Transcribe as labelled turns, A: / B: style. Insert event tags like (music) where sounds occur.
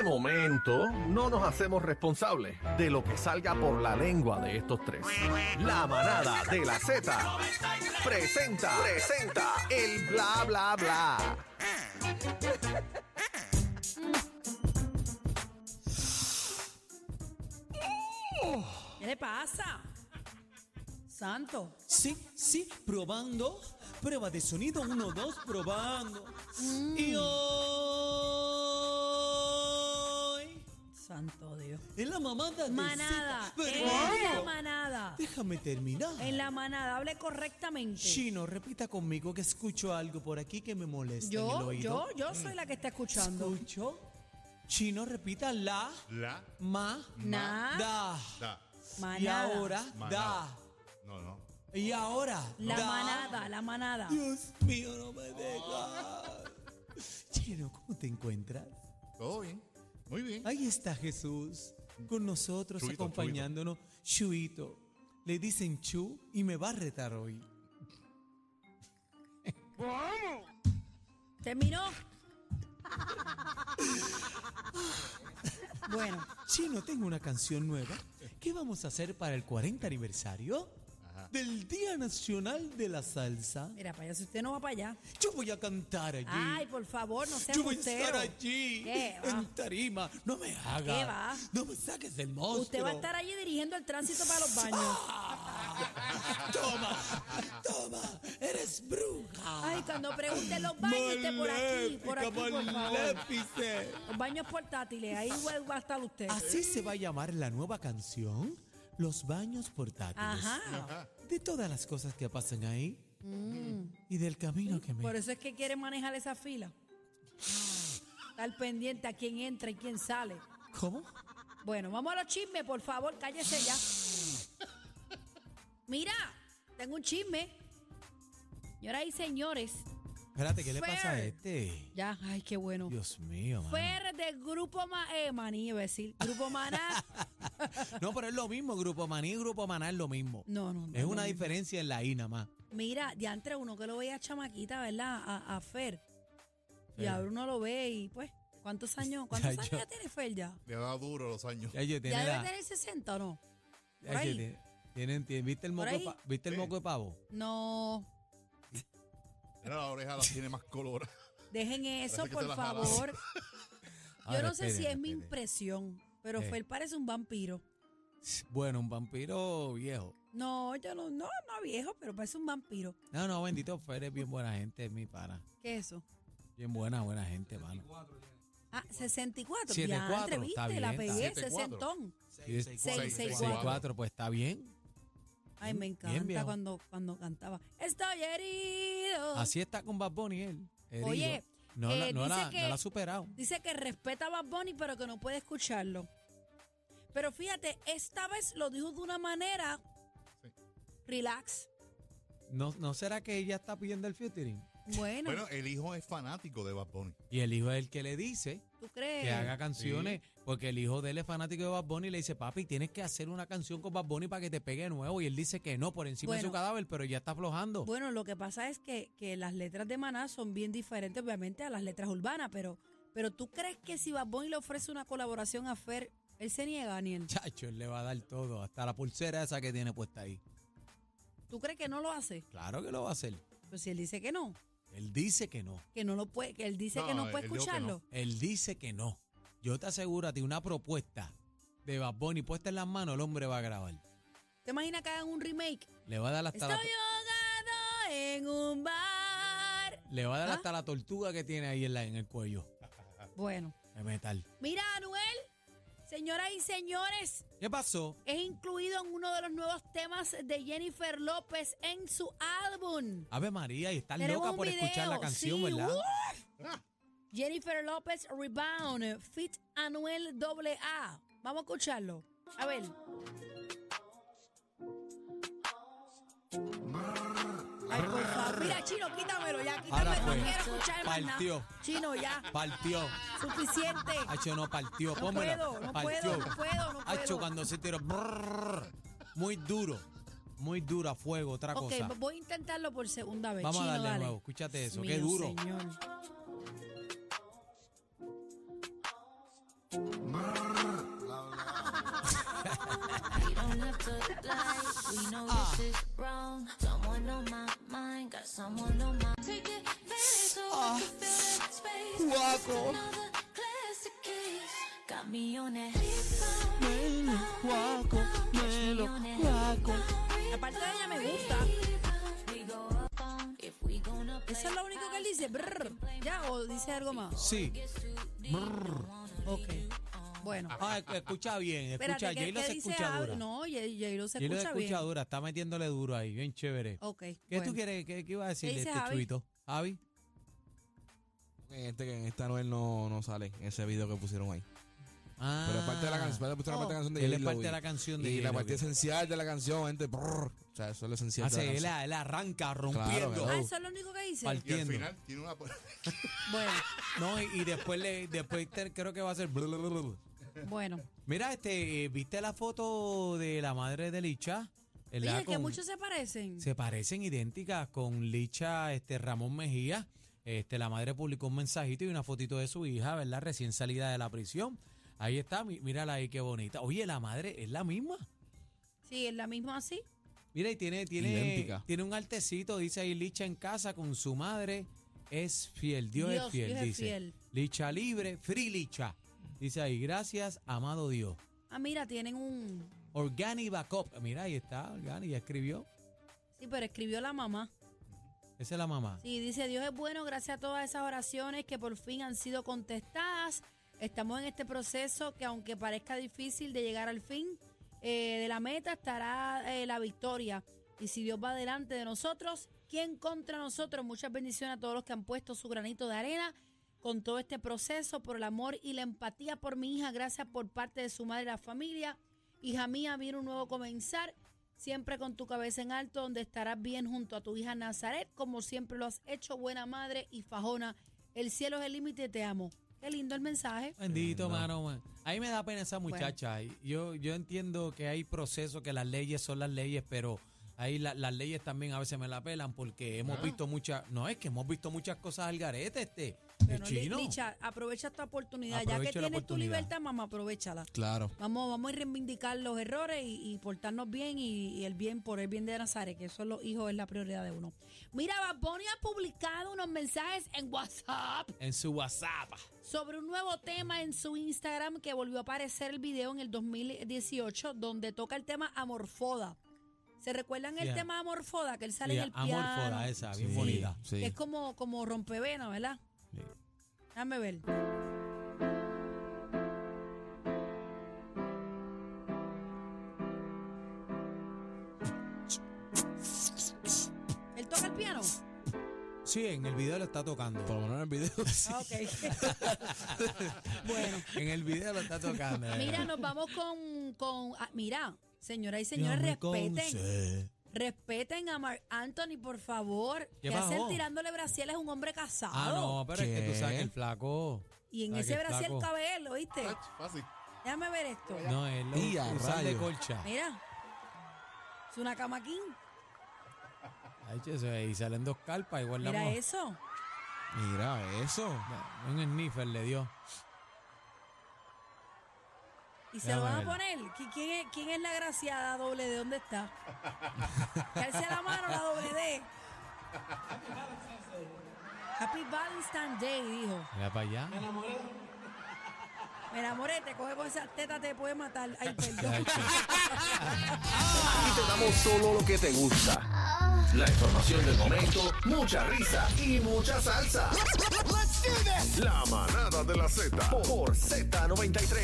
A: este momento no nos hacemos responsables de lo que salga por la lengua de estos tres. La manada de la Z presenta, presenta el bla bla bla.
B: ¿Qué le pasa? Santo.
C: Sí, sí, probando. Prueba de sonido, uno, dos, probando. Y
B: Mm.
C: hoy.
B: Santo Dios.
C: En la mamada de
B: Manada.
C: Zeta.
B: En la
C: Bernardo,
B: manada.
C: Déjame terminar.
B: En la manada. Hable correctamente.
C: Chino, repita conmigo que escucho algo por aquí que me molesta en el
B: Yo,
C: oído.
B: yo, yo soy la que está escuchando.
C: Escucho. Chino, repita la,
D: La.
C: ma,
B: Nada.
C: da.
D: Da.
B: Manada.
C: Y ahora, da.
D: Manada. No, no.
C: Y ahora,
B: La
C: da.
B: manada, la manada.
C: Dios mío, no me dejas. Chino, ¿cómo te encuentras?
D: Todo bien. Muy bien.
C: Ahí está Jesús con nosotros,
D: Chuito,
C: acompañándonos. Chuito. Le dicen Chu y me va a retar hoy. (laughs)
B: ¿Terminó? bueno,
C: Chino, tengo una canción nueva. ¿Qué vamos a hacer para el 40 aniversario del Día Nacional de la Salsa?
B: mira, para allá, si usted no va para allá.
C: Yo voy a cantar allí.
B: Ay, por favor, no sea
C: Yo voy a
B: embustero.
C: estar allí,
B: ¿Qué va?
C: en tarima. No me hagas.
B: ¿Qué va?
C: No me saques del monstruo.
B: Usted va a estar allí dirigiendo el tránsito para los baños.
C: Toma, toma, eres bruja.
B: Ay, cuando pregunten los baños, esté por aquí, por aquí, por favor.
C: maléfica.
B: Los baños portátiles, ahí va- va a estar usted.
C: Así se va a llamar la nueva canción, Los Baños Portátiles.
B: Ajá.
C: De todas las cosas que pasan ahí y del camino que me...
B: Mm. Por eso es que quiere manejar esa fila. Estar pendiente a quién entra y quién sale.
C: ¿Cómo?
B: Bueno, vamos a los chismes, por favor, cállese ya. Mira, tengo un chisme. Señoras y señores,
C: Espérate, ¿qué le pasa a
B: Fer.
C: este?
B: ya, ay, qué bueno.
C: Dios mío, mano.
B: Fer del grupo Ma eh, Maní, iba a decir. Grupo
C: (laughs)
B: Maná.
C: No, pero es lo mismo, Grupo Maní y Grupo Maná es lo mismo.
B: No, no, no,
C: Es
B: no,
C: una
B: no.
C: diferencia en la I nada más.
B: Mira, diantre, uno que lo veía chamaquita, ¿verdad? A, a Fer. Y ahora uno lo ve y pues, ¿cuántos años? ¿Cuántos
C: (laughs) Ya
B: años
C: yo-
B: ya tiene Fer ya?
D: Le ha dado duro los años.
C: Ya, yo, tiene
B: ¿Ya
C: la-
B: debe tener 60 o no? Por
C: ya, yo,
B: ahí.
C: tiene- tienen- tienen- ¿Viste el
B: Por
C: moco, de
B: ahí.
C: pa- ¿viste el
D: Sí.
C: moco de pavo?
B: No,
D: Mira, la oreja la tiene más color.
C: (laughs)
B: dejen eso,
D: Parece que
B: por
D: te la (laughs)
B: favor. Yo
C: Ahora,
B: no sé si
C: espere,
B: es mi
C: espere.
B: impresión, pero
C: Ah, Eh.
B: Fer parece un vampiro.
C: Bueno, un vampiro viejo.
B: No, yo no, no, no viejo, pero parece un vampiro.
C: No, no, bendito Fer es bien buena gente, es mi pana.
B: ¿Qué es eso?
C: Bien buena, buena gente, mano.
B: Ah, 64.
C: Siete,
B: ya,
C: cuatro,
B: entreviste, la
C: está bien, está
B: pegué,
D: bien. Siete, cuatro.
B: sesentón.
C: Seis,
B: seis,
D: seis,
C: seis,
D: cuatro.
C: cuatro, pues está bien.
B: Ay, me
C: Bien,
B: encanta
C: viejo.
B: cuando, cuando cantaba. Estoy herido.
C: Así está con Bad Bunny él. herido.
B: Oye,
C: no, la,
B: eh,
C: no,
B: dice
C: la,
B: que-
C: no la ha superado.
B: Dice que respeta a Bad Bunny, pero que no puede escucharlo. Pero fíjate, esta vez lo dijo de una manera
D: Sí.
B: relax.
C: No, ¿No será que ella está pidiendo el featuring?
B: Bueno,
D: Bueno, el hijo es fanático de Bad Bunny.
C: Y el hijo es el que le dice
B: ¿tú crees?
C: que haga canciones, porque el hijo de él es fanático de Bad Bunny y le dice, papi, tienes que hacer una canción con Bad Bunny para que te pegue de nuevo. Y él dice que no, por encima de su
B: Bueno.
C: cadáver, pero ya está aflojando.
B: Bueno, lo que pasa es que, que las letras de Maná son bien diferentes, obviamente, a las letras urbanas, pero, pero ¿tú crees que si Bad Bunny le ofrece una colaboración a Fer, él se niega, Daniel?
C: (laughs) Chacho, él le va a dar todo, hasta la pulsera esa que tiene puesta ahí.
B: ¿Tú crees que no lo hace?
C: Claro que lo va a hacer.
B: Pues si él dice que no,
C: Él dice que no.
B: que no lo puede, que él dice
D: No,
B: que no puede
D: él dijo que
B: escucharlo.
C: Él dice que no. Yo te aseguro a ti una propuesta de Bad Bunny puesta en las manos, el hombre va a grabar.
B: ¿Te imaginas que hagan un remake?
C: Le va a dar hasta,
B: Estoy
C: la,
B: ahogado en un bar.
C: le va a dar
B: ¿Ah?
C: hasta la tortuga que tiene ahí en, la- en el cuello.
B: Bueno,
C: De metal.
B: mira, Anuel, señoras y señores,
C: ¿Qué pasó?
B: es incluido en uno de los nuevos temas de Jennifer López en su álbum.
C: Ave María, y estás
B: Tenemos
C: loca
B: un
C: por escuchar la
B: video,
C: canción,
B: sí, ¡uh!
C: ¿verdad?
B: Jennifer López Rebound, Fit Anuel AA. Vamos a escucharlo. A ver. Ay, por favor. Mira, Chino, quítamelo ya, quítamelo.
C: Ahora
B: No
C: fue.
B: quiero escuchar más
C: Partió.
B: nada. Chino, ya.
C: Partió.
B: Suficiente.
C: Hacho no partió.
B: No
C: Pónmela.
B: puedo, no
C: partió.
B: puedo, no puedo, no
C: Hacho,
B: puedo.
C: cuando se tiró. brrr, muy duro. Muy duro a fuego, otra
B: Ok,
C: cosa.
B: voy a intentarlo por segunda vez.
C: Vamos a
B: Chino,
C: darle de
B: dale.
C: nuevo. Escúchate eso.
B: Dios
C: Qué
B: mío,
C: duro.
B: señor.
E: Don't have to lie, we know this is wrong. Someone on my mind, got someone on my Take advantage so I can fill that space. Just
C: Guaco.
E: another classic case. Got me on that rebound, rebound,
C: Guaco,
E: rebound. Catch me
C: melo,
E: on that
C: guaco.
B: La parte de ella me gusta.
E: rebound. We go up on if we gonna play
B: Eso es lo único que él dice. brr, ya, o dice algo más.
C: Sí.
E: oh,
B: Ok. Bueno.
C: Ah, escucha bien, escucha,
B: Espérate, ¿qué,
C: Jayla
B: qué
C: se
B: dice?
C: escucha
B: Ah,
C: dura.
B: No, Jay- Jairo se
C: Jayla se
B: escucha
C: escucha
B: bien.
C: dura, está metiéndole duro ahí, bien chévere.
B: Ok.
C: ¿Qué
B: bueno.
C: tú quieres? ¿Qué, qué iba a decirle
B: dice
C: este
B: Javi?
C: chuito? Javi,
F: Hay gente que en esta Noel no, no sale en ese video que pusieron ahí.
C: Ah,
F: Pero es parte de la canción, parte de la
B: Oh.
F: canción de
C: Él es
F: J-Lo
C: parte
F: y-
C: de la canción de
F: Y la
C: J-Lo,
F: parte
C: que-
F: esencial de la canción, gente. brrr. O sea, eso es lo esencial.
C: Ah, sí,
F: de la
C: él,
F: canción.
C: él arranca rompiendo.
F: claro.
B: Ah, eso es lo único que dice.
C: Al-
D: Y al
C: Entiendo.
D: final tiene una. (laughs) Pero
B: Bueno,
C: No, y, y después le, después te- creo que va a ser.
B: bueno.
C: Mira, este, eh, ¿viste la foto de la madre de Licha? ¿Verdad?
B: Oye, que
C: Con-
B: muchos se parecen.
C: se parecen idénticas con Licha este, Ramón Mejía. Este, la madre publicó un mensajito y una fotito de su hija, ¿verdad? Recién salida de la prisión. Ahí está, mi- mírala ahí qué bonita. Oye, la madre es la misma.
B: Sí, es la misma así.
C: Mira, y tiene, tiene,
F: Idéntica.
C: tiene un altecito, dice ahí Licha en casa con su madre. Es fiel, Dios, es fiel,
B: Dios
C: dice.
B: fiel.
C: Licha libre, free Licha. Dice ahí, gracias, amado Dios.
B: Ah, mira, tienen un...
C: Organi Backup. Mira, ahí está, Organi, ya escribió.
B: Sí, pero escribió la mamá.
C: Esa es la mamá.
B: Sí, dice, Dios es bueno gracias a todas esas oraciones que por fin han sido contestadas. Estamos en este proceso que aunque parezca difícil de llegar al fin eh, de la meta, estará eh, la victoria. Y si Dios va delante de nosotros, ¿quién contra nosotros? Muchas bendiciones a todos los que han puesto su granito de arena con todo este proceso, por el amor y la empatía por mi hija. Gracias por parte de su madre y la familia. Hija mía, viene un nuevo comenzar. Siempre con tu cabeza en alto, donde estarás bien junto a tu hija Nazaret, como siempre lo has hecho, buena madre y fajona. El cielo es el límite, te amo. Qué lindo el mensaje.
C: Bendito,
F: Tremendo.
C: mano. man. A mí me da pena esa muchacha. Y Yo, yo entiendo que hay procesos, que las leyes son las leyes, pero ahí la- las leyes también a veces me la pelan porque
F: Ah.
C: hemos visto muchas. No, es que hemos visto muchas cosas al garete, este.
B: Bueno,
C: el
B: Li-
C: chino.
B: Licha, aprovecha esta oportunidad. ya
C: Aprovecho
B: que
C: la
B: tienes tu
C: oportunidad.
B: libertad, mamá, aprovechala.
F: Claro.
B: Vamos, vamos a reivindicar los errores y, y portarnos bien y, y el bien por el bien de Nazaret, que eso los hijos es la prioridad de uno. Mira, Bad Bunny ha publicado unos mensajes en WhatsApp
C: En su WhatsApp.
B: sobre un nuevo tema en su Instagram que volvió a aparecer el video en el 2018 donde toca el tema Amorfoda. ¿Se recuerdan el
C: Sí,
B: tema Amorfoda? Que él sale
C: Sí,
B: en el piano.
C: amorfoda esa, bien
F: Sí,
C: bonita.
F: Sí.
B: que es como, como rompevena, ¿verdad?
F: Sí.
B: Déjame ver. ¿Él toca el piano?
C: Sí, en el video lo está tocando.
F: Por lo menos en
C: (laughs)
F: el video. sí.
B: Ah, ok. bueno.
C: En el video lo está tocando. eh.
B: (laughs) Mira, nos vamos con. con ah, mira, señoras y señores, respeten.
C: Eh.
B: Respeten a Mark Anthony, por favor.
C: ¿Qué
B: ¿Qué hacer
C: pasó?
B: tirándole brasiel es un hombre casado?
C: Ah, no, pero es que tú
F: ¿Qué?
C: sabes que el flaco.
B: Y en
C: Ah,
B: ese
C: qué
B: brasiel
C: flaco.
B: cabe él, ¿oíste?
D: Fácil.
B: Déjame ver esto.
C: No, es lo
F: Y a
C: usa de
F: rayos.
C: colcha.
B: Mira. Es una camaquín.
C: Ay, che, eso es, y salen dos carpas, igual la
B: Mira
C: mo-
B: eso.
F: Mira eso.
C: Un sniffer le dio.
B: Y se lo van a
C: Déjame
B: poner. ¿Qui- ¿Quién es, quién es la graciada doble D? ¿Dónde está? Calce la mano la doble D. Happy Valentine's Day, dijo.
C: Mira para allá.
B: Me enamoré, te coge con esas tetas, te puede matar. Ay,
C: Ay,
B: perdón.
C: che.
A: Aquí te damos solo lo que te gusta. La información del momento, mucha risa y mucha salsa. La manada de la Z por Z93.